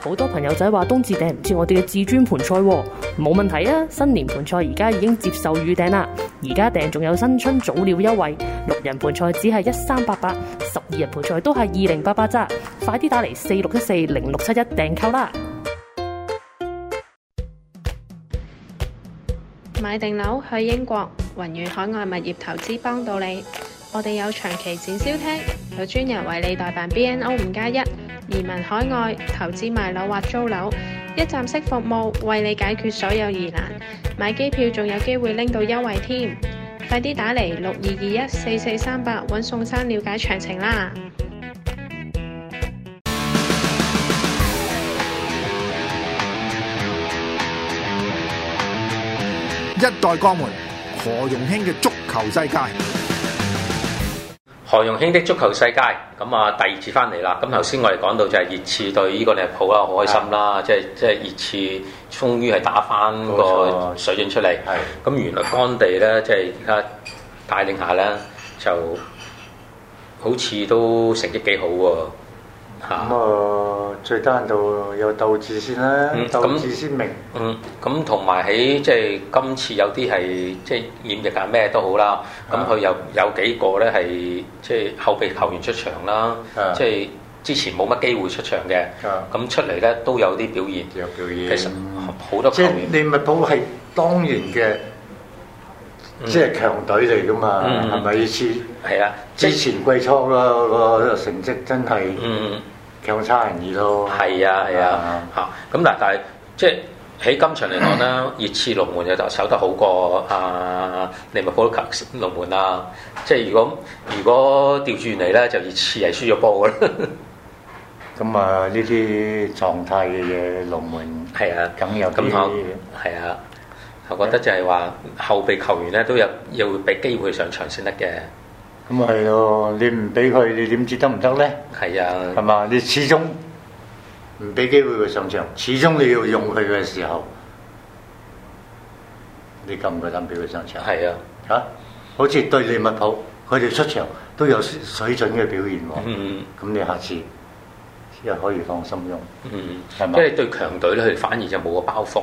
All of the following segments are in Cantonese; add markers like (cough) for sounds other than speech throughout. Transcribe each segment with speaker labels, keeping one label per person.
Speaker 1: 好多朋友仔話冬至訂唔切我哋嘅至尊盤菜喎，冇問題啊！新年盤菜而家已經接受預訂啦，而家訂仲有新春早鳥優惠，六人盤菜只係一三八八，十二人盤菜都係二零八八咋，快啲打嚟四六一四零六七一訂購啦！
Speaker 2: 買定樓去英國，宏遠海外物業投資幫到你。我哋有長期展銷廳，有專人為你代辦 BNO 五加一移民海外投資賣樓或租樓，一站式服務為你解決所有疑難。買機票仲有機會拎到優惠添，快啲打嚟六二二一四四三八揾宋生了解詳情啦！
Speaker 3: 一代鋼門何容興嘅足球世界，
Speaker 4: 何容興的足球世界咁啊，第二次翻嚟啦。咁頭先我哋講到就係熱刺對呢個利物浦啦，好開心啦，即係即係熱刺終於係打翻個
Speaker 5: 冇錯
Speaker 4: 水準出嚟。
Speaker 5: 係
Speaker 4: 咁原來干地咧，即係而家帶領下咧，就好似都成績幾好喎、嚇
Speaker 5: 咁啊，最低限度有鬥志先啦
Speaker 4: 嗯，
Speaker 5: 鬥
Speaker 4: 咁
Speaker 5: 志先明。
Speaker 4: 嗯，咁同埋喺即係今次有啲係即係染疫啊咩都好啦，咁
Speaker 5: 啊
Speaker 4: 佢有有幾個咧係即係後備球員出場啦
Speaker 5: 啊，
Speaker 4: 即係之前冇乜機會出場嘅，
Speaker 5: 啊
Speaker 4: 咁出嚟咧都有啲表現。
Speaker 5: 有表
Speaker 4: 其
Speaker 5: 演，
Speaker 4: 實好多球
Speaker 5: 即係
Speaker 4: 員，
Speaker 5: 利物浦係當然嘅，即係強隊嚟噶嘛，
Speaker 4: 嗯嗯嗯
Speaker 5: 係咪？似
Speaker 4: 係啊啦，即
Speaker 5: 之
Speaker 4: 係
Speaker 5: 前季初個個成績真係
Speaker 4: 嗯
Speaker 5: 強差人意咯。
Speaker 4: 係啊係啊嚇，咁嗱但係即係。喺今場嚟講 (coughs) 啦，熱刺龍門就守得好過啊利物浦球龍門啦。即係如果如果調轉嚟咧，就熱刺係輸咗波㗎啦。
Speaker 5: 咁啊，呢啲狀態嘅嘢，龍門
Speaker 4: (laughs) 係啊，
Speaker 5: 梗有
Speaker 4: 咁
Speaker 5: 啲
Speaker 4: 我係啊，我覺得就係話後備球員咧都有要俾機會上場先得嘅，
Speaker 5: 咁啊係咯，你唔俾佢，你點知得唔得咧？
Speaker 4: 係
Speaker 5: 係
Speaker 4: 啊，
Speaker 5: 嘛？你始終唔俾機會佢上場，始終你要用佢嘅時候，你夠唔夠膽俾佢上場？
Speaker 4: 係啊，
Speaker 5: 嚇、好似對利物浦，佢哋出場都有水準嘅表現喎。咁、
Speaker 4: 嗯
Speaker 5: 你下次又可以放心用，
Speaker 4: 嗯，
Speaker 5: 係嘛
Speaker 4: 即係對強隊咧，佢反而就冇個包袱，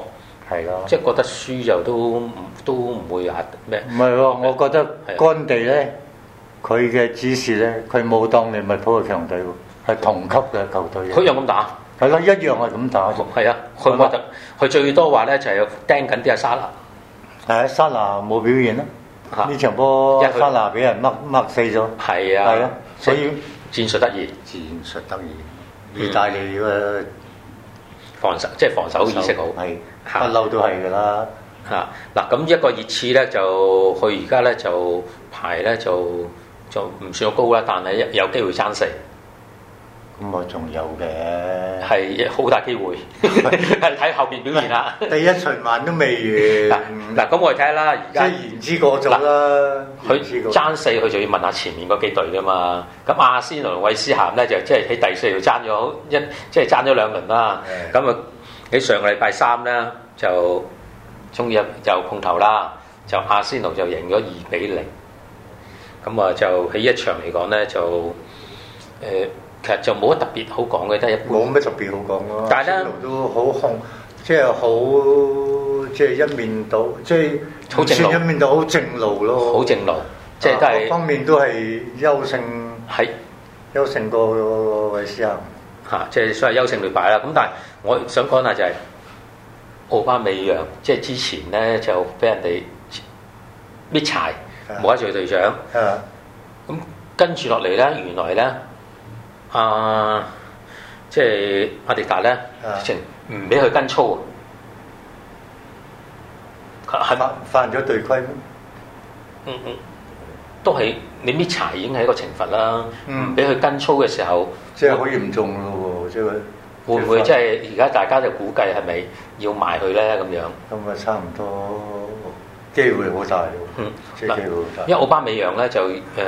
Speaker 5: 係咯。
Speaker 4: 即係覺得輸就都唔都唔會啊咩，
Speaker 5: 唔係喎，我覺得
Speaker 4: 係啊
Speaker 5: 干地咧，佢嘅指示咧，佢冇當利物浦嘅強隊喎，係同級嘅球隊嚟。
Speaker 4: 佢又咁打，
Speaker 5: 係咯，一樣係咁打。
Speaker 4: 係啊，佢話得佢最多話咧就係釘緊啲阿沙啦，
Speaker 5: 係啊，沙拿冇表現啦。
Speaker 4: 嚇
Speaker 5: 呢場波
Speaker 4: 因為佢
Speaker 5: 沙拿俾人掹掹死咗，
Speaker 4: 係
Speaker 5: 係
Speaker 4: 啊
Speaker 5: 啊，，所以
Speaker 4: 戰術得意，
Speaker 5: 戰術得意，意大利嘅
Speaker 4: 防守即係防守意識好。
Speaker 5: 係
Speaker 4: 嚇
Speaker 5: 不嬲都係㗎啦。
Speaker 4: 嚇嗱，咁一個熱刺咧就佢而家咧就排咧就就唔算好高啦，但係有有機會爭四，
Speaker 5: 咁我仲有嘅，
Speaker 4: 係好大機
Speaker 5: (laughs)
Speaker 4: 會，係睇後邊表現啦。
Speaker 5: 第一循環都未
Speaker 4: 嗱
Speaker 5: 完，
Speaker 4: 嗱，咁我哋睇下啦，而
Speaker 5: 嗯即
Speaker 4: 家
Speaker 5: 係言之過早啦。言之
Speaker 4: 佢
Speaker 5: 過
Speaker 4: 爭四，佢就要問下前面嗰幾隊噶嘛。咁阿仙奴同韋斯咸咧就即係喺第四度爭咗一，即係爭咗兩輪啦。
Speaker 5: 係
Speaker 4: 咁啊喺上個禮拜三咧就終於就碰頭啦，就阿仙奴就贏咗二比零。咁啊就喺一場嚟講咧就誒、呃其實就冇乜特別好講嘅，都係一般。
Speaker 5: 冇乜特別好講咯。
Speaker 4: 但係咧
Speaker 5: 呢路都好控，即係好即係一面倒，即係
Speaker 4: 好
Speaker 5: 唔
Speaker 4: 正路
Speaker 5: 算一面倒，好正路咯。
Speaker 4: 好正路，即係都
Speaker 5: 啊各
Speaker 4: 係
Speaker 5: 方面都係優勝
Speaker 4: 喺。
Speaker 5: 優勝過韋斯咸。
Speaker 4: 嚇、即係所謂優勝劣敗啦。咁但係我想講下就係、奧巴美揚，即係之前咧就俾人哋搣柴，
Speaker 5: 啊
Speaker 4: 冇得做隊長。
Speaker 5: 啊！
Speaker 4: 咁跟住落嚟咧，原來咧，啊，即係阿迪達咧
Speaker 5: 啊，
Speaker 4: 直情唔俾佢跟操啊！係嘛
Speaker 5: 犯？犯咗隊規，
Speaker 4: 嗯嗯，都係你搣柴已經係一個懲罰啦。
Speaker 5: 嗯
Speaker 4: 唔俾佢跟操嘅時候，
Speaker 5: 即係好嚴重咯喎！即係
Speaker 4: 會唔會即係而家大家就估計係咪要埋佢咧咁樣？
Speaker 5: 咁啊？差唔多機會好大喎
Speaker 4: 嗯，
Speaker 5: 即係機會好大。
Speaker 4: 因為奧巴美揚咧就誒、呃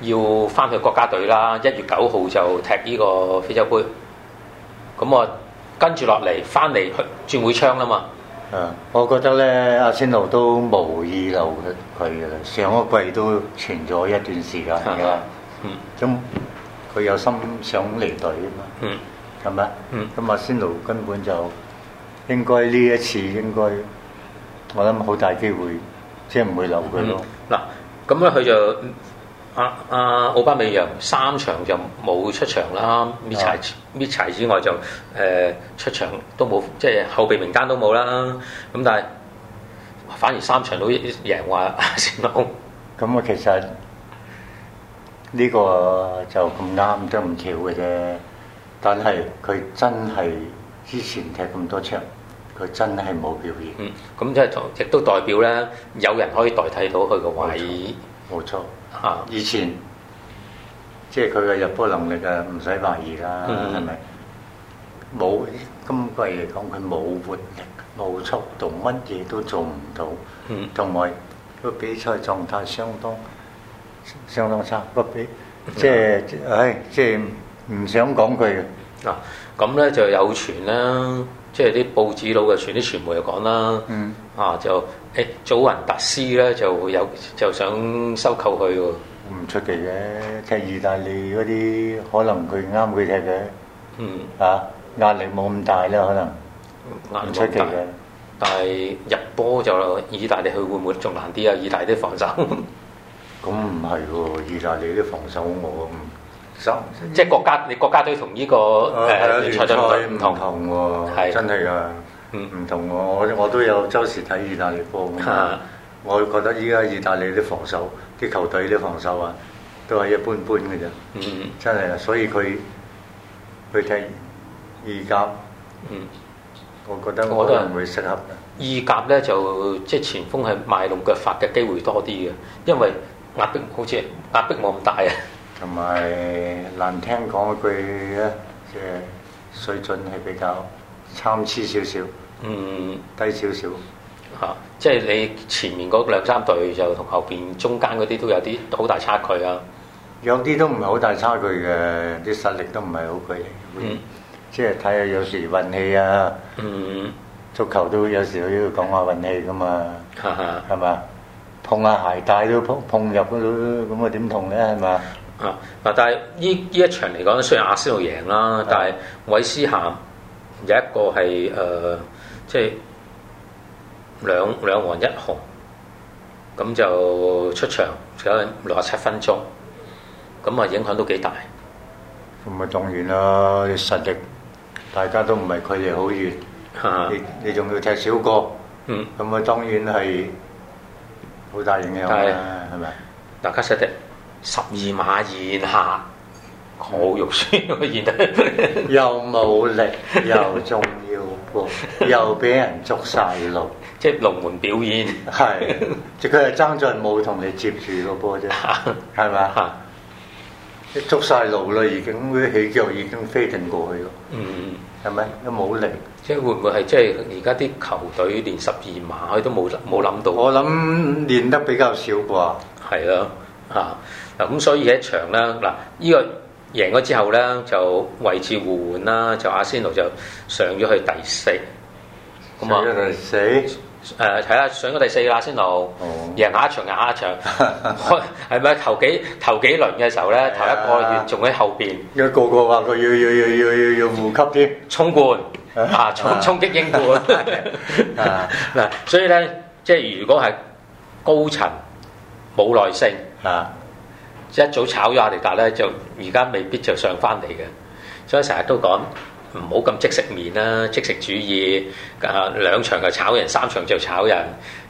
Speaker 4: 要翻去國家隊啦，一月九號就踢呢個非洲杯。咁我跟住落嚟翻嚟去轉會窗啦嘛，
Speaker 5: 啊，我覺得咧，阿仙奴都無意留佢嘅啦。上一季都傳咗一啊段時間㗎啦，
Speaker 4: 嗯
Speaker 5: 咁佢有心想離隊啊嘛。
Speaker 4: 嗯，
Speaker 5: 係咪？
Speaker 4: 嗯
Speaker 5: 咁阿仙奴根本就應該呢一次應該，我諗好大機會，即係唔會留佢咯。
Speaker 4: 嗱，咁咧佢就阿阿奧巴美揚三場就冇出場啦，搣
Speaker 5: 啊
Speaker 4: 柴搣柴之外就誒、呃出場都冇，即係後備名單都冇啦。咁但係反而三場都贏話 (laughs) 阿仙奴，
Speaker 5: 咁啊，其實呢個就咁啱得咁巧嘅啫。但係佢真係之前踢咁多場，佢真係冇表現，
Speaker 4: 嗯，咁即係亦都代表咧有人可以代替到佢個位啊
Speaker 5: 冇錯。
Speaker 4: 嚇。
Speaker 5: 啊以前即係佢嘅入波能力啊，唔使懷疑啦，
Speaker 4: 嗯
Speaker 5: 係咪、冇今季嚟講，佢冇活力，冇速度，乜嘢都做唔到，
Speaker 4: 嗯
Speaker 5: 同埋個比賽狀態相當相當差。個比
Speaker 4: 嗯
Speaker 5: 即係唉，即係唔想講佢嘅。
Speaker 4: 嗱，啊咁咧就有傳啦，即係啲報紙佬嘅傳，啲傳媒就講啦，
Speaker 5: 嗯
Speaker 4: 啊就誒祖雲達斯咧就會有就想收購佢喎，
Speaker 5: 唔出奇嘅，踢意大利嗰啲可能佢啱佢踢嘅，
Speaker 4: 嗯，
Speaker 5: 啊壓力冇咁大啦，可能
Speaker 4: 壓力
Speaker 5: 唔
Speaker 4: 冇
Speaker 5: 出
Speaker 4: 咁
Speaker 5: 奇
Speaker 4: 大，
Speaker 5: 嘅。
Speaker 4: 但係入波就意大利佢會唔會仲難啲啊？意大利啲防守， (laughs)
Speaker 5: 咁唔係喎，意大利啲防守我唔啊守，
Speaker 4: 即係國家你國家隊同呢個誒聯賽隊唔
Speaker 5: 唔
Speaker 4: 同，
Speaker 5: 同
Speaker 4: 係
Speaker 5: 喎，真係啊，
Speaker 4: 嗯
Speaker 5: 唔同喎，我我都有周時睇意大利波咁
Speaker 4: 啊
Speaker 5: 啊，我覺得依家意大利啲防守，啲球隊啲防守啊，都係一般般嘅啫，
Speaker 4: 嗯
Speaker 5: 真係啊，所以佢佢踢意甲，
Speaker 4: 嗯。
Speaker 5: 我覺得
Speaker 4: 我
Speaker 5: 可
Speaker 4: 覺得
Speaker 5: 能會適合啊嘅。
Speaker 4: 意甲咧就即係前鋒係賣弄腳法嘅機會多啲嘅，因為壓迫好似壓迫冇咁大啊。
Speaker 5: 同埋難聽講一句咧，即係水準係比較參差少少，
Speaker 4: 嗯，
Speaker 5: 低少少。
Speaker 4: 嚇、即係你前面嗰兩三隊就同後邊中間嗰啲都有啲好大差距啊。
Speaker 5: 有啲都唔係好大差距嘅，啲實力都唔係好距離。
Speaker 4: 嗯
Speaker 5: 即係睇下有時運氣啊，
Speaker 4: 嗯，
Speaker 5: 足球都有時都要講下運氣噶嘛，
Speaker 4: 哈哈。
Speaker 5: 係嘛？碰下鞋帶都碰碰入嗰度，咁啊點同咧係嘛？
Speaker 4: 啊！嗱，但係呢呢一場嚟講，雖然阿仙奴贏啦，但係韋斯咸有一個係誒、呃即係兩兩黃一紅，咁就出場有六十七分鐘，咁啊影響都幾大。
Speaker 5: 咁咪當然啦，你實力大家都唔係距離好遠，
Speaker 4: 嚇、
Speaker 5: 你你仲要踢少個，
Speaker 4: 嗯，
Speaker 5: 咁啊當然係好大影響
Speaker 4: 係
Speaker 5: 啦，係咪？
Speaker 4: 嗱，卡西迪十二碼以下，好肉酸個現得。
Speaker 5: 又冇力，又仲要搏，又俾人捉晒路。
Speaker 4: (laughs) 即係龍門表演。 (laughs)
Speaker 5: 係，即佢係爭在冇同你接住個波啫，係咪啊？
Speaker 4: 嚇
Speaker 5: 你捉晒路啦，已經啲起腳已經飛定過去咯，
Speaker 4: 嗯。
Speaker 5: 係咪？都冇力。
Speaker 4: 即係會唔會係即係而家啲球隊連十二碼佢都冇冇諗到？
Speaker 5: 我諗練得比較少啩，
Speaker 4: 係啦，啊嗱咁所以一場啦，嗱呢個贏咗之後咧就位置互換啦，就阿仙奴就上咗去第四，咁
Speaker 5: 上
Speaker 4: 啊
Speaker 5: 咗嚟死。
Speaker 4: 誒係啦，呃上咗第四啦，阿仙奴
Speaker 5: 哦
Speaker 4: 贏下一場贏下一
Speaker 5: (laughs)
Speaker 4: 場，開係咪頭幾頭幾輪嘅時候咧，頭一個
Speaker 5: 啊
Speaker 4: 月仲喺後邊
Speaker 5: 而家個個話佢要要要要要要護級添，
Speaker 4: 衝冠啊衝衝擊英冠
Speaker 5: (laughs) 啊
Speaker 4: 嗱，所以咧即係如果係高層冇耐性。
Speaker 5: 啊！
Speaker 4: 一早炒咗阿迪達咧，就而家未必就上翻嚟嘅。所以成日都講唔好咁即食面啦，即食主義啊，兩場就炒人，三場就炒人，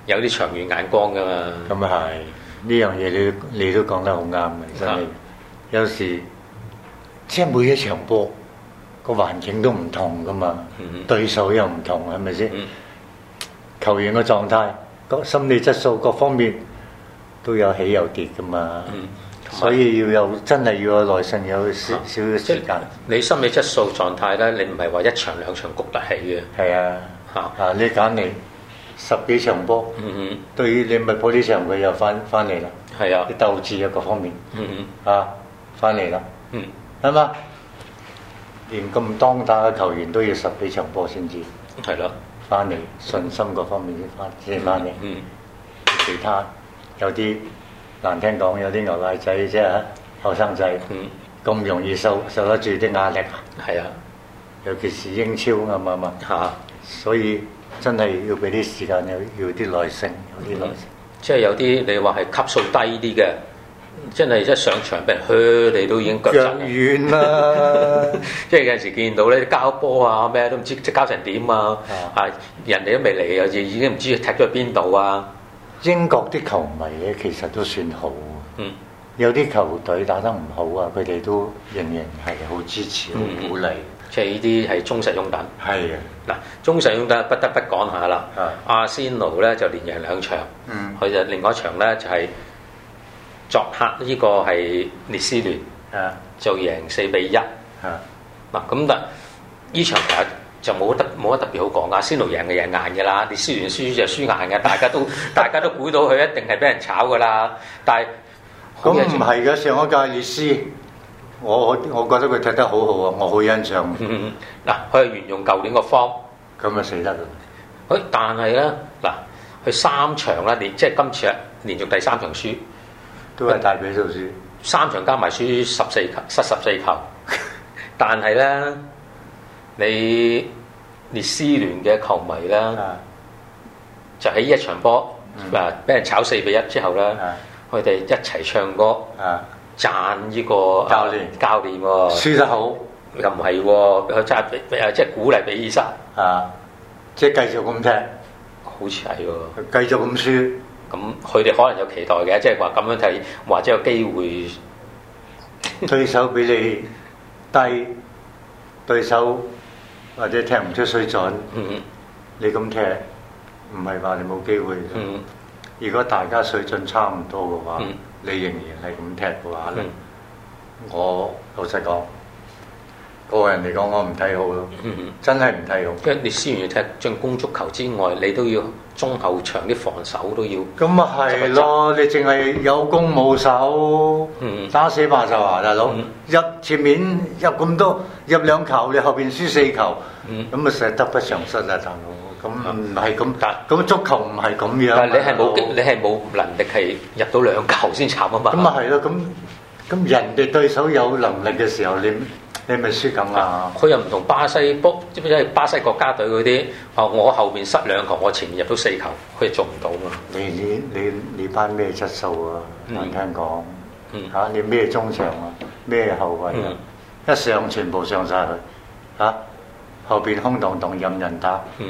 Speaker 4: 有啲長遠眼光噶嘛。
Speaker 5: 咁啊係呢樣嘢，你都你都講得好啱嘅，真
Speaker 4: 啊
Speaker 5: 係。有時即係每一場波個環境都唔同噶嘛，
Speaker 4: 嗯
Speaker 5: 對手又唔同，係咪先？
Speaker 4: 嗯
Speaker 5: 球員嘅狀態、各心理質素各方面都有起有跌噶嘛。
Speaker 4: 嗯
Speaker 5: 所以要有真係要有耐性，有少
Speaker 4: 啊
Speaker 5: 少嘅
Speaker 4: 即
Speaker 5: 時
Speaker 4: 係
Speaker 5: 間。
Speaker 4: 你心理質素狀態咧，你唔係話一場兩場焗得起嘅
Speaker 5: 係啊，
Speaker 4: 嚇、啊
Speaker 5: 啊你揀嚟十幾場波，
Speaker 4: 嗯
Speaker 5: 對於利物浦呢場佢又翻翻嚟啦，
Speaker 4: 嗯，係啊
Speaker 5: 啲，鬥志啊各方面
Speaker 4: 嗯嗯
Speaker 5: 啊翻嚟啦。
Speaker 4: 嗯，
Speaker 5: 係嘛？連咁當打嘅球員都要十幾場波先至
Speaker 4: 嗯係咯，
Speaker 5: 翻嚟，信心各方面先翻先翻嚟。
Speaker 4: 嗯
Speaker 5: 其他有啲難聽講，有啲牛奶仔啫，後生仔
Speaker 4: 嗯
Speaker 5: 咁容易受受得住啲壓力啊，
Speaker 4: 係啊，
Speaker 5: 尤其是英超啱唔啱啊？
Speaker 4: 嚇、
Speaker 5: 所以真係要俾啲時間，有要啲耐性，有啲耐性。
Speaker 4: 即係有啲你話係級數低啲嘅，真係一上場俾人靴你都已經嗯腳啊
Speaker 5: 腳
Speaker 4: 震。
Speaker 5: 軟啊
Speaker 4: (laughs)
Speaker 5: 啦，
Speaker 4: 即係有陣時見到咧交波啊咩都唔知即係交成點啊，
Speaker 5: 啊
Speaker 4: 啊人哋都未嚟啊，已已經唔知踢咗去邊度啊，
Speaker 5: 英國啲球迷咧其實都算好。啊
Speaker 4: 嗯
Speaker 5: 有啲球隊打得唔好啊，佢哋都仍然係好支持、好
Speaker 4: 嗯
Speaker 5: 鼓勵。
Speaker 4: 即係呢啲係忠實擁躉。
Speaker 5: 係啊，
Speaker 4: 嗱，忠實擁躉不得不講下啦
Speaker 5: 啊，
Speaker 4: 阿仙奴咧就連贏兩場，
Speaker 5: 嗯
Speaker 4: 佢就另外一場咧就係作客呢個係列斯聯
Speaker 5: 啊
Speaker 4: 就贏四比一。
Speaker 5: 啊，
Speaker 4: 嗱，咁但呢場其實就冇得冇乜特別好講，阿啊仙奴贏嘅贏硬嘅啦，你輸完輸就輸硬嘅，大家都 (laughs) 大家都估到佢一定係俾人炒噶啦。但係
Speaker 5: 咁
Speaker 4: 好嘢
Speaker 5: 唔係嘅，上一屆熱斯，我我覺得佢踢得好好啊，我好欣賞。
Speaker 4: 嗯嗱，佢係沿用舊年個方，
Speaker 5: 咁啊死得啦！
Speaker 4: 誒，但係咧嗱，佢三場啦，連即係今次啊，連續第三場輸，
Speaker 5: 都係大比數輸，
Speaker 4: 三場加埋輸十四球，失十四球。 (laughs) 但係咧，你列斯聯嘅球迷咧。
Speaker 5: 啊嗯
Speaker 4: 就喺呢一場波嗱，俾、人炒四比一之後咧
Speaker 5: 啊，
Speaker 4: 佢哋、一齊唱歌
Speaker 5: 啊，
Speaker 4: 讚呢、個
Speaker 5: 教練
Speaker 4: 啊教練喎、
Speaker 5: 輸得好
Speaker 4: 又唔係喎，佢真係俾誒即係鼓勵比爾沙，
Speaker 5: 啊，即係繼續咁踢，
Speaker 4: 好似係喎。
Speaker 5: 繼續咁輸，
Speaker 4: 咁佢哋可能有期待嘅，即係話咁樣睇，或者有機會
Speaker 5: 對手比你低，對手或者踢唔出水準，
Speaker 4: 嗯
Speaker 5: 你咁踢唔係話你冇機會。
Speaker 4: 嗯
Speaker 5: 如果大家水準差唔多嘅話，
Speaker 4: 嗯
Speaker 5: 你仍然係咁踢嘅話咧，
Speaker 4: 嗯
Speaker 5: 我老實講，個人嚟講我唔睇好咯，
Speaker 4: 嗯，
Speaker 5: 真係唔睇好。
Speaker 4: 因為你輸完踢進攻足球之外，你都要中後場啲防守都要
Speaker 5: 咁啊係咯，你淨係有攻冇守，
Speaker 4: 嗯
Speaker 5: 打死馬就話大佬
Speaker 4: 嗯
Speaker 5: 入前面入咁多入兩球，你後邊輸四球，
Speaker 4: 嗯
Speaker 5: 咁啊實係得不償失啊大佬。咁唔係咁
Speaker 4: 但，
Speaker 5: 咁足球唔係咁樣啊。
Speaker 4: 但係你係冇
Speaker 5: 大佬
Speaker 4: 你係冇能力係入到兩球先慘啊嘛。
Speaker 5: 咁啊係咯，咁咁人哋對手有能力嘅時候，你你咪輸啊緊啦。
Speaker 4: 佢又唔同巴西波，即係巴西國家隊嗰啲，啊我後邊失兩球，我前面入到四球，佢做唔到嘛。
Speaker 5: 你你你你班咩質素啊？
Speaker 4: 嗯
Speaker 5: 難聽講
Speaker 4: 嗯
Speaker 5: 嚇，你咩中場啊？咩後衞啊？一上全部上晒去嚇，後邊空蕩蕩任人打，
Speaker 4: 嗯，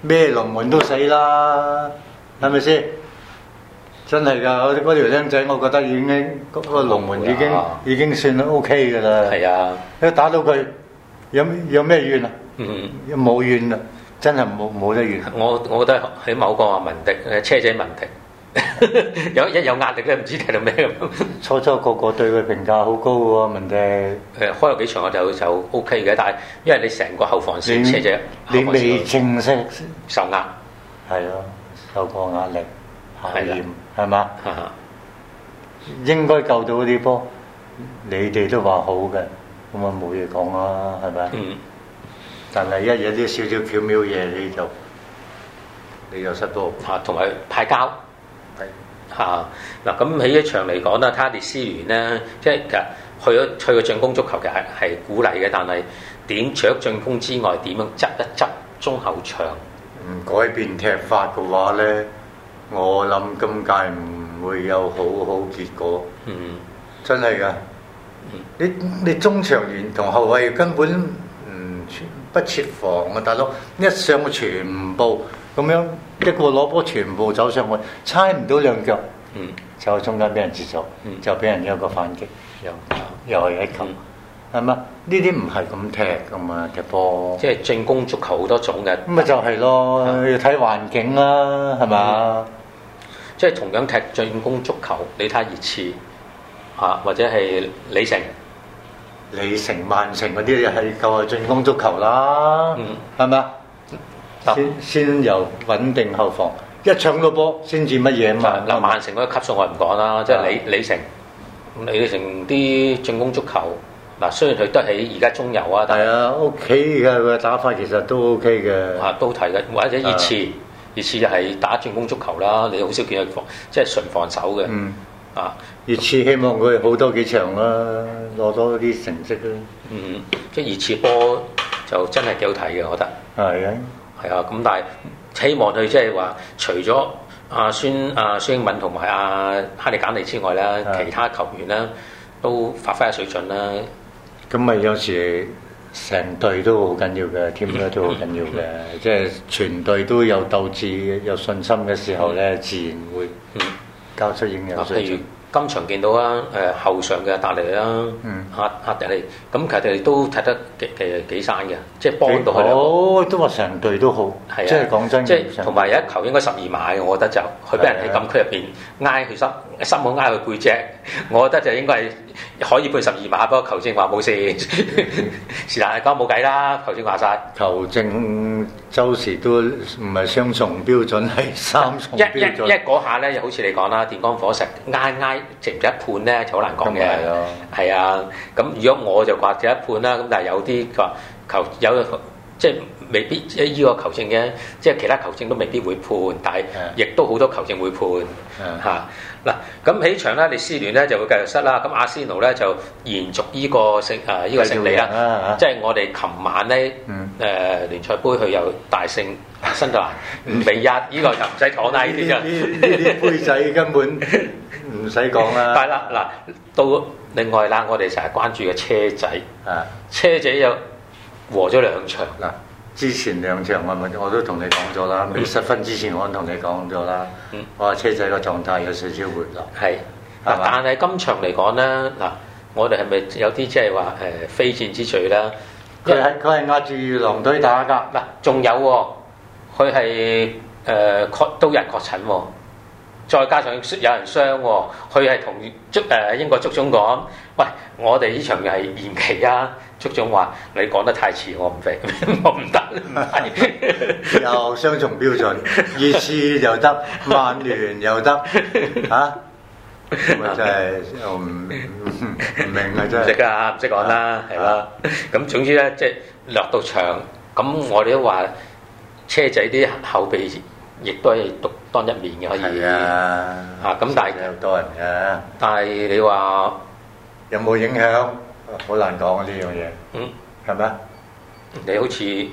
Speaker 5: 咩龍門都死啦，係咪先？真係㗎，嗰嗰條僆仔，我覺得已經嗰個龍門已經
Speaker 4: 啊
Speaker 5: 已經算 OK 㗎啦。
Speaker 4: 係啊，
Speaker 5: 一打到佢，有有咩怨啊？
Speaker 4: 嗯，
Speaker 5: 冇怨啊！真係冇冇得怨。
Speaker 4: 我我覺得喺某個話文迪 (laughs) 誒車仔文迪，有一有壓力咧，唔知踢到咩
Speaker 5: (laughs)
Speaker 4: 咁。
Speaker 5: 初初個個對佢評價好高喎，問題
Speaker 4: 誒開咗幾場我就就 O K 嘅，但係因為你成個後防線
Speaker 5: 你
Speaker 4: 車仔
Speaker 5: 你
Speaker 4: 後防線
Speaker 5: 未正式
Speaker 4: 受壓，
Speaker 5: 係咯，受過壓力考
Speaker 4: 係啦
Speaker 5: 驗係嘛？
Speaker 4: 哈哈
Speaker 5: 應該救到嗰啲波，你哋都話好嘅，咁啊冇嘢講啦，係咪？
Speaker 4: 嗯
Speaker 5: 但係一有啲少少巧妙嘢，你就你就失波。
Speaker 4: 嚇，啊同埋派交。嚇嗱，咁喺一場嚟講啦，他列斯聯咧，即係其實去咗去個進攻足球嘅係係鼓勵嘅，但係點除咗進攻之外，點樣執一執中後場？
Speaker 5: 唔改變踢法嘅話咧，我諗今屆唔會有好好結果。
Speaker 4: 嗯
Speaker 5: 真係噶，你你中場員同後衞根本唔切不設防啊，大佬一上去全部咁樣一個攞波全部走上去，猜唔到兩腳，
Speaker 4: 嗯，
Speaker 5: 就喺中間俾人截咗，
Speaker 4: 嗯
Speaker 5: 就俾人有個反擊，
Speaker 4: 又
Speaker 5: 又係一球
Speaker 4: 嗯，
Speaker 5: 係嘛？呢啲唔係咁踢噶嘛，踢波
Speaker 4: 即啊係進攻足球好多種嘅，
Speaker 5: 咁咪就係咯，要睇環境啦，係
Speaker 4: 嗯
Speaker 5: 嘛？
Speaker 4: 即係同樣踢進攻足球，你睇下熱刺啊，或者係李成，
Speaker 5: 李成、曼城嗰啲係夠係進攻足球啦
Speaker 4: 嗯，
Speaker 5: 係咪啊？
Speaker 4: 嗱
Speaker 5: 先先由穩定後防，一搶到波先至乜嘢嘛？
Speaker 4: 嗱曼城嗰個級數我唔講
Speaker 5: 啊
Speaker 4: 啦，即係李李成，李成啲進攻足球嗱，雖然佢都喺而家中游啊，但係
Speaker 5: 係啊，OK 嘅佢嘅打法其實都 OK 嘅，
Speaker 4: 啊，都睇嘅，或者熱刺，熱刺就係打進攻足球啦，你好少見佢防，即係純防守嘅。
Speaker 5: 嗯，
Speaker 4: 啊，
Speaker 5: 熱刺希望佢好多幾場啦，攞多啲成績啦。
Speaker 4: 嗯，即係熱刺波就真係幾好睇嘅，我覺得。
Speaker 5: 係啊，
Speaker 4: 係啊，咁但係希望佢即係話，除咗阿孫阿孫英文同埋阿哈利簡尼之外啦，
Speaker 5: 係
Speaker 4: 其他球員啦都發揮下水準啦。
Speaker 5: 咁咪有時成隊都好緊要嘅
Speaker 4: (laughs)
Speaker 5: ，team 咧都好緊要嘅，即係全隊都有鬥志、有信心嘅時候咧，自然會
Speaker 4: 嗯，
Speaker 5: 交出應有
Speaker 4: 嗱，
Speaker 5: 水
Speaker 4: 啊譬
Speaker 5: 準
Speaker 4: 如。今場見到啊，誒、後上嘅達利啦
Speaker 5: 嗯，
Speaker 4: 阿阿迪利，咁其實佢哋都踢得幾幾幾生嘅，即係幫到佢哋。
Speaker 5: 好都話成隊都好，
Speaker 4: 係啊，
Speaker 5: 即係講真，
Speaker 4: 即係同埋有一球應該十二碼嘅，我覺得就佢俾人
Speaker 5: 啊
Speaker 4: 喺禁區入邊挨佢心心口挨佢背脊， (laughs) 我覺得就應該係可以判十二碼，不過球證話冇事， (laughs) 是但係講冇計啦，球證話晒。
Speaker 5: 球證周時都唔係雙重標準，係三重
Speaker 4: 一一
Speaker 5: 標
Speaker 4: 一
Speaker 5: 準。
Speaker 4: 嗰下咧，就好似你講啦，電光火石挨挨值唔值一判咧，就好難講嘅
Speaker 5: 咁係咯。
Speaker 4: 係啊，咁如果我就話值一判啦，咁但係有啲佢話球有即係未必即係依個球證嘅，即係其他球證都未必會判，但係亦都好多球證會判。
Speaker 5: 嗯
Speaker 4: 嚇嗱，咁起場咧，列斯聯咧就會繼續失啦。咁阿仙奴咧就延續呢個勝誒呢個勝利
Speaker 5: 繼續贏啦
Speaker 4: 啦
Speaker 5: 嚇，
Speaker 4: 即係我哋琴晚咧
Speaker 5: 嗯
Speaker 4: 誒聯賽杯佢又大勝新特蘭五比一，呢個就唔使講啦，呢啲
Speaker 5: 呢
Speaker 4: 就
Speaker 5: 啲呢啲杯仔根本唔使講啦。
Speaker 4: 係啦嗱。到另外啦，我哋成日關注嘅車仔，
Speaker 5: 啊
Speaker 4: 車仔又和咗兩場，
Speaker 5: 嗱，之前兩場我咪我都同你講咗啦，未失分之前我都同你講咗啦
Speaker 4: 嗯，
Speaker 5: 我話車仔個狀態有少少回落。
Speaker 4: 係
Speaker 5: 係
Speaker 4: 嗱，
Speaker 5: 嘛
Speaker 4: 但係今場嚟講咧嗱，我哋係咪有啲即係話誒非戰之罪啦？因為
Speaker 5: 佢係佢係壓住狼隊打㗎，
Speaker 4: 嗱，仲有喎、佢係誒確都有人確診喎、再加上有人傷喎、佢係同足誒英國足總講，喂，我哋呢場係延期啊！足總話你講得太遲，我唔飛， (laughs) 我唔得，唔係
Speaker 5: (laughs) 又雙重
Speaker 4: (laughs)
Speaker 5: 標準，熱刺又得，曼聯又得，嚇！我真係我唔唔明啊！真
Speaker 4: 唔識
Speaker 5: 係
Speaker 4: 㗎，唔識講啦，係啦。咁總之咧，即係落到場，咁我哋都話車仔啲後備亦都係獨當一面嘅，可以
Speaker 5: 係。啊！
Speaker 4: 啊咁但係
Speaker 5: 有多人
Speaker 4: 但係你話，
Speaker 5: 嘅，有冇影響？好難講啊呢樣嘢，
Speaker 4: (laughs) 嗯。
Speaker 5: 係咪？
Speaker 4: 你好似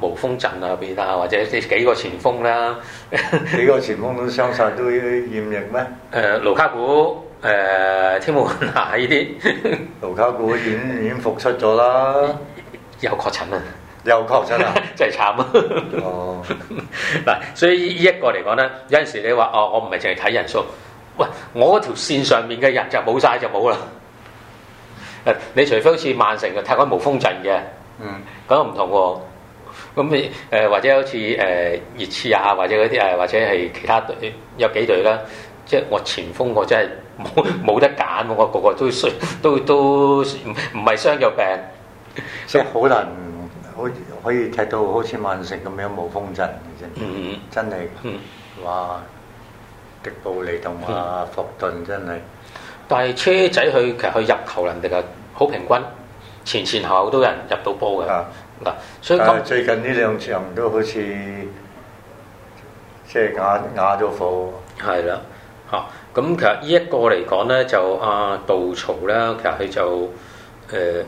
Speaker 4: 無風陣啊入邊啊，或者呢幾個前鋒啦， (laughs) 誒、
Speaker 5: 幾個前鋒都傷晒都要驗疫咩？
Speaker 4: 盧卡古、誒、天母雲娜呢啲 (laughs)
Speaker 5: 盧卡古已經已經復出咗啦，
Speaker 4: (laughs) 有確診啊，
Speaker 5: 又確診啦。
Speaker 4: (laughs) 真係慘啊！ (laughs)
Speaker 5: 哦，
Speaker 4: 嗱，所以呢一個嚟講咧，有陣時你話哦，我唔係淨係睇人數，喂，我嗰條線上面嘅人就冇晒就冇啦。誒，你除非好似曼城就踢開無風陣嘅。
Speaker 5: 嗯，
Speaker 4: 咁又唔同喎。咁你誒、呃或者好似誒、熱刺啊，或者嗰啲誒或者係其他隊有幾隊啦，即係我前鋒我真係冇 (laughs) 冇得揀喎，我個個都需都都唔唔係傷有病，
Speaker 5: 即係好難，好可以踢到好似曼城咁樣冇風陣嘅啫。
Speaker 4: 嗯
Speaker 5: 真係，
Speaker 4: 嗯，
Speaker 5: 哇！迪布尼同阿霍頓真係，
Speaker 4: 但係車仔佢其實佢入球能力啊好平均，前前後後都有人入到波嘅
Speaker 5: 啊
Speaker 4: 嗱，所以今
Speaker 5: 但係最近呢兩場都好似即係啞啞咗火。
Speaker 4: 係啦，嚇、咁其實呢一個嚟講咧，就阿、杜曹咧，其實佢就誒、呃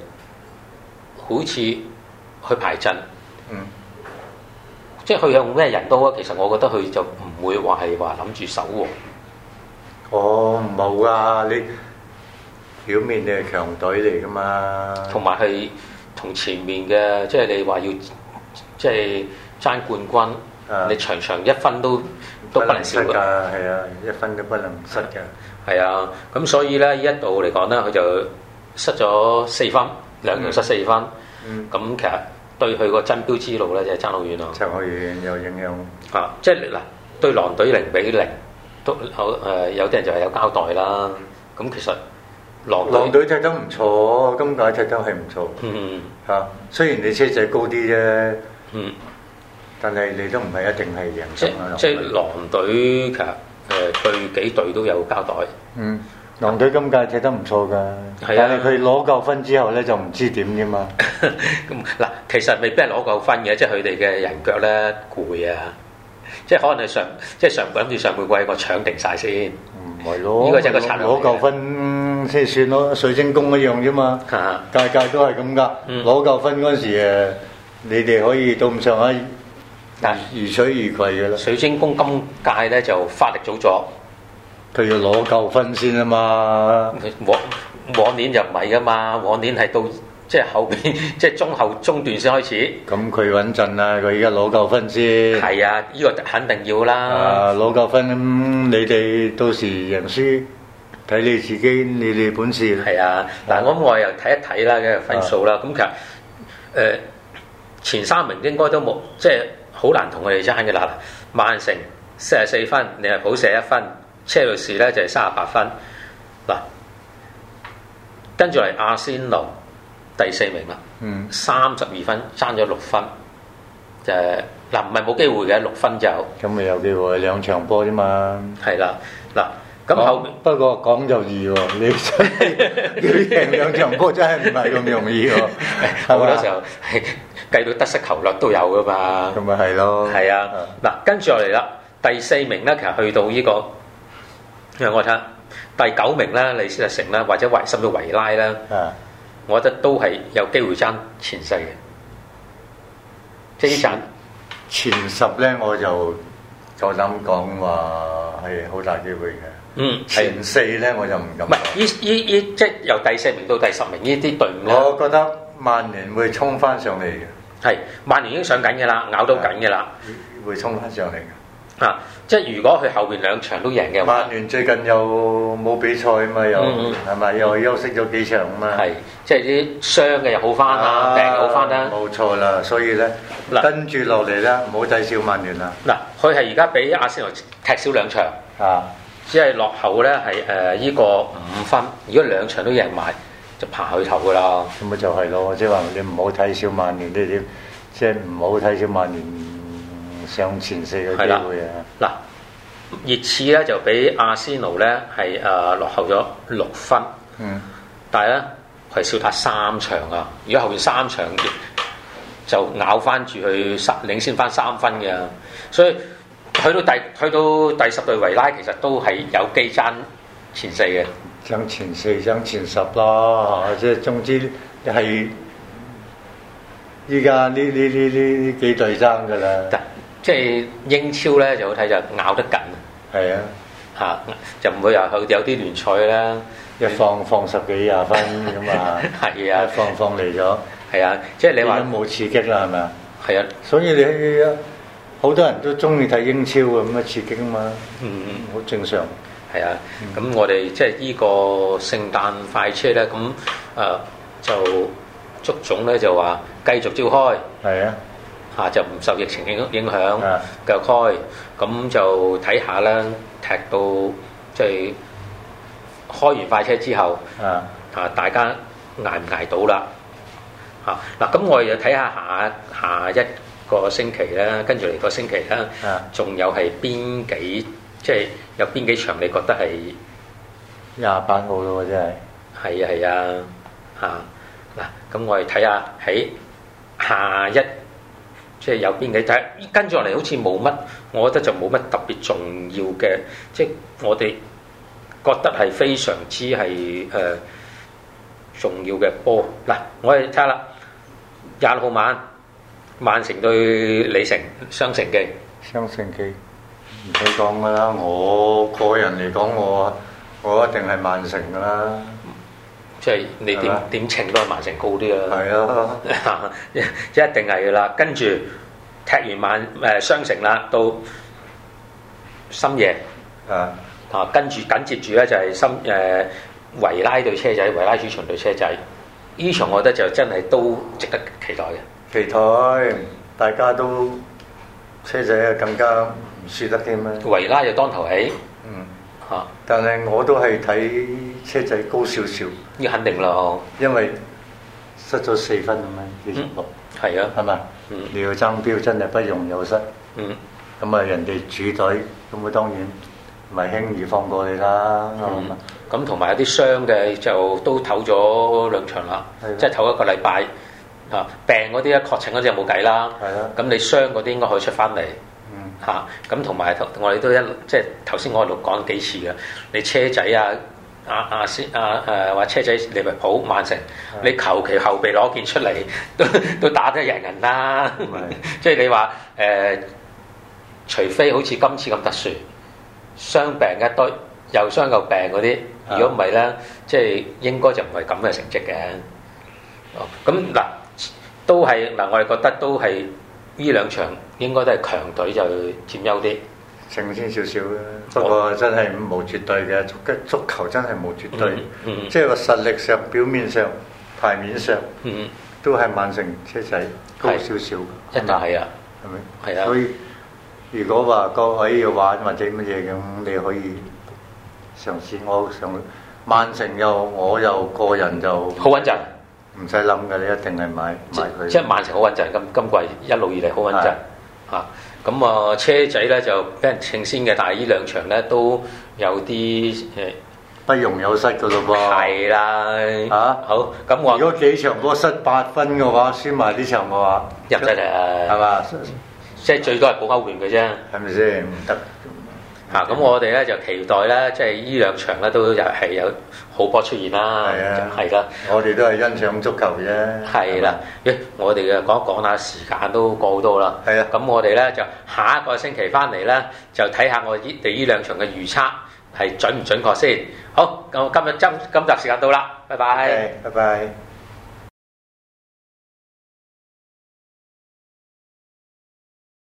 Speaker 4: 好似去排陣，
Speaker 5: 嗯，
Speaker 4: 即係佢用咩人都好啊。其實我覺得佢就唔會話係話諗住守喎。
Speaker 5: 我冇啊！你表面你係強隊嚟噶嘛？
Speaker 4: 同埋係同前面嘅，即係你話要即係爭冠軍，
Speaker 5: 啊
Speaker 4: 你場場一分都都不能少
Speaker 5: 㗎，
Speaker 4: 嘅。
Speaker 5: 係啊，一分都不能失嘅。
Speaker 4: 係啊，咁所以咧呢一度嚟講咧，佢就失咗四分，兩場失四分。咁、
Speaker 5: 嗯
Speaker 4: 其實對佢個爭標之路咧，就係爭好遠咯。
Speaker 5: 陳浩源有影響，
Speaker 4: 啊，即係嗱，對狼隊零比零都有誒、有啲人就係有交代啦。咁其實狼隊，
Speaker 5: 狼隊踢得唔錯，今屆踢得係唔錯
Speaker 4: 嗯
Speaker 5: 嚇。雖然你車仔高啲啫，
Speaker 4: 嗯，
Speaker 5: 但係你都唔係一定係贏
Speaker 4: 即
Speaker 5: 中啊。
Speaker 4: 即
Speaker 5: 狼
Speaker 4: 係
Speaker 5: 隊
Speaker 4: 狼隊其實誒、對幾隊都有交代。 (laughs)
Speaker 5: 嗯，狼隊今屆踢得唔錯㗎，
Speaker 4: 係啊
Speaker 5: 但係佢攞夠分之後咧就唔知點啫嘛。
Speaker 4: 咁嗱，其實未必係攞夠分嘅，即係佢哋嘅人腳咧攰啊，即係可能係上即係上諗住上半季個搶定晒先，
Speaker 5: 唔係
Speaker 4: (laughs)
Speaker 5: 咯，
Speaker 4: 呢個就係個策略嚟嘅
Speaker 5: 攞夠分星先算咯，水晶宮一樣啫嘛，
Speaker 4: 啊
Speaker 5: 屆屆都係咁噶。
Speaker 4: 嗯
Speaker 5: 攞夠分嗰陣時誒，你哋可以到咁上下
Speaker 4: 但
Speaker 5: 如水如攜嘅啦。
Speaker 4: 水晶宮今屆咧就發力早咗，
Speaker 5: 佢要攞夠分先啊嘛。
Speaker 4: 往往年就唔係噶嘛，往年係到即係後邊 (laughs) 即係中後中段先開始。
Speaker 5: 咁佢穩陣啦，佢而家攞夠分先。
Speaker 4: 係啊，呢、個肯定要啦。
Speaker 5: 嗯啊，攞夠分，咁你哋到時贏輸睇你自己，你哋本事啦。
Speaker 4: 係啊，嗱，咁我又睇一睇啦嘅分數啦。咁其實誒、呃前三名應該都冇，即係好難同佢哋爭嘅啦。曼城四十四分，利物浦四十一分，車路士咧就係三十八分。嗱，跟住嚟阿仙奴第四名啦，
Speaker 5: 嗯，
Speaker 4: 三十二分，爭咗六分。就係嗱，唔係冇機會嘅，六分就
Speaker 5: 咁咪有機會兩場波啫嘛。
Speaker 4: 係啦。嗱，咁後面
Speaker 5: 講不過講就易喎， (laughs) 你真係要贏兩場波真係唔係咁容易
Speaker 4: (laughs)
Speaker 5: 喎，
Speaker 4: 好
Speaker 5: 係
Speaker 4: 多
Speaker 5: 嘛
Speaker 4: 時？候係計到得失球率都有噶嘛。
Speaker 5: 咁咪係咯，
Speaker 4: 係啊，嗱，跟住落嚟啦，第四名咧，其實去到呢、個，因為我睇下第九名啦，李斯特城啦，或者維甚至維拉啦，
Speaker 5: 啊，
Speaker 4: 我覺得都係有機會爭前世嘅，即係呢
Speaker 5: 前十咧我就夠膽講話係好大機會嘅，
Speaker 4: 陣，嗯，係，
Speaker 5: 前四咧我就唔敢
Speaker 4: 唔係
Speaker 5: 講。
Speaker 4: 依依依即係由第四名到第十名呢啲隊伍咧，
Speaker 5: 我覺得曼聯會衝翻上嚟嘅，
Speaker 4: 係曼聯已經上緊嘅啦，咬到緊嘅啦，
Speaker 5: 會衝翻上嚟嘅。
Speaker 4: 啊，即係如果佢後邊兩場都贏嘅話
Speaker 5: 曼。聯最近又冇比賽啊嘛，又
Speaker 4: 嗯嗯
Speaker 5: 係咪又休息咗幾場啊嘛？
Speaker 4: 係，即係啲傷嘅又好翻啊，病又好翻啦。
Speaker 5: 冇錯啦，所以咧
Speaker 4: 嗱
Speaker 5: 跟住落嚟咧，唔好睇小曼聯啦，
Speaker 4: 嗱，佢係而家比阿仙奴踢少兩場，
Speaker 5: 啊！
Speaker 4: 只係落後咧係誒依個五分。如果兩場都贏埋，就爬去頭噶啦。
Speaker 5: 咁咪就係咯，即係話你唔好睇小曼聯呢啲，即係唔好睇小曼聯上前四嘅
Speaker 4: 係啦
Speaker 5: 機會啊！
Speaker 4: 嗱，熱刺咧就比阿仙奴咧係誒落後咗六分，
Speaker 5: 嗯，
Speaker 4: 但係咧佢係少打三場啊。如果後邊三場就咬翻住佢三領先翻三分嘅，所以去到第去到第十隊維拉其實都係有機爭前四嘅。
Speaker 5: 上前四、上前十啦，即係總之係依家呢呢呢呢呢幾隊爭㗎啦，
Speaker 4: 但即係英超咧就好睇就咬得緊
Speaker 5: 係啊，
Speaker 4: 嚇、就唔會話佢有啲聯賽啦。，
Speaker 5: 一放放十幾廿分咁啊
Speaker 4: (laughs) 係啊
Speaker 5: (laughs) 一放放嚟咗，
Speaker 4: 係啊，即係你
Speaker 5: 你
Speaker 4: 話
Speaker 5: 話冇刺激啦係咪啊？
Speaker 4: 係啊，
Speaker 5: 所以你好多人都中意睇英超啊，咁啊刺激啊嘛，
Speaker 4: 嗯，
Speaker 5: 好正常。
Speaker 4: 係啊。咁、我哋即係呢個聖誕快車咧，咁誒、呃就足總咧就話繼續召開。
Speaker 5: 係啊，
Speaker 4: 嚇、就唔受疫情影影響
Speaker 5: 啊
Speaker 4: 嘅開，咁就睇下啦，踢到即係開完快車之後，
Speaker 5: 啊，
Speaker 4: 啊，大家捱唔捱到啦？啊，嗱，咁我哋就睇下下下一個星期啦，跟住嚟個星期啦
Speaker 5: 啊，
Speaker 4: 仲有係邊幾即係有邊幾場你覺得係
Speaker 5: 廿八號咯喎，真係。
Speaker 4: 係啊係啊嚇嗱，咁我哋睇下喺下一即係有邊幾睇，跟住落嚟好似冇乜，我覺得就冇乜特別重要嘅，即係我哋覺得係非常之係誒、呃重要嘅波。嗱，我哋睇下啦，廿六號晚曼城對李城雙城嘅，
Speaker 5: 雙城記唔使講噶啦，我個人嚟講，我我一定係曼城噶啦，
Speaker 4: 即係你
Speaker 5: 係
Speaker 4: 點
Speaker 5: 嘛
Speaker 4: 點稱都係曼城高啲啦。
Speaker 5: 係啊，
Speaker 4: (laughs) 一定係噶啦。跟住踢完晚誒、呃雙城啦，到深夜
Speaker 5: 啊
Speaker 4: 啊，跟住緊接住咧就係深誒、呃、維拉對車仔，維拉主場對車仔。呢場我覺得就真係都值得期待嘅。
Speaker 5: 期待大家都車仔啊更加唔輸得添啦，啊
Speaker 4: 維拉就當頭起
Speaker 5: 嗯，
Speaker 4: 嚇，啊
Speaker 5: 但係我都係睇車仔高少少，
Speaker 4: 呢、肯定啦，
Speaker 5: 因為失咗四分啊咁樣，二十六
Speaker 4: 係啊，
Speaker 5: 係咪
Speaker 4: 嗯？
Speaker 5: 你要爭標真係不容有失。
Speaker 4: 嗯，
Speaker 5: 咁啊，人哋主隊，咁啊當然唔係輕易放過你啦，
Speaker 4: 嗯
Speaker 5: 係嘛？
Speaker 4: 咁同埋有啲傷嘅就都唞咗兩場啦
Speaker 5: 係咯，
Speaker 4: 即係唞一個禮拜啊。病嗰啲咧確診嗰啲就冇計啦，
Speaker 5: 係啦，
Speaker 4: 咁你傷嗰啲應該可以出翻嚟。
Speaker 5: 嗯，
Speaker 4: 嚇，咁同埋頭我哋都一路即係頭先我一路講幾次嘅，你車仔啊阿阿仙阿誒話車仔利物浦曼城，你求其後備攞件出嚟都都打得贏人啦。 (laughs) 即係你話誒、呃除非好似今次咁特殊，傷病一堆，又傷又病嗰啲，
Speaker 5: 啊
Speaker 4: 如果唔係咧，即係應該就唔係咁嘅成績嘅。哦咁嗱，都係嗱，我哋覺得都係呢兩場應該都係強隊就佔優啲。
Speaker 5: 正先少少啦。
Speaker 4: 嗯
Speaker 5: 不過真係冇絕對嘅，足足球真係冇絕對，
Speaker 4: 嗯嗯
Speaker 5: 即係個實力上、表面上、牌面上
Speaker 4: 嗯，
Speaker 5: 都係曼城車仔高
Speaker 4: 係
Speaker 5: 少少，
Speaker 4: 一定係啊。
Speaker 5: 係咪？
Speaker 4: 係啊
Speaker 5: 所以如果話各位要玩或者乜嘢咁，你可以嘗試我上曼城又我又個人就
Speaker 4: 好穩陣，
Speaker 5: 唔使諗嘅，你一定係買
Speaker 4: 即
Speaker 5: 買嗯佢。
Speaker 4: 即係曼城好穩陣，今今季一路以嚟好穩陣
Speaker 5: 係
Speaker 4: 嚇。咁啊，車仔咧就俾人稱先嘅，但係呢兩場咧都有啲誒
Speaker 5: 不容有失嘅咯噃。
Speaker 4: 係啦
Speaker 5: 啊
Speaker 4: 好，咁
Speaker 5: 如
Speaker 4: 我
Speaker 5: 果幾場波失八分嘅話，輸埋呢場嘅話，
Speaker 4: 入得誒
Speaker 5: 係嘛？
Speaker 4: 即係最多係保歐聯嘅啫。
Speaker 5: 係咪先？唔得。
Speaker 4: 嚇，咁我哋咧就期待咧，即係呢兩場咧都又係有好波出現啦
Speaker 5: 係啊，
Speaker 4: 係啦。
Speaker 5: 我哋都係欣賞足球啫。
Speaker 4: 係啦，咦，我哋嘅講一講啦，時間都過好多啦。
Speaker 5: 係啊
Speaker 4: 咁我哋咧就下一個星期翻嚟咧，就睇下我依哋呢兩場嘅預測係準唔準確先。好，咁今日今今集時間到啦，拜
Speaker 5: 係咪。
Speaker 4: 拜。
Speaker 5: OK，拜拜。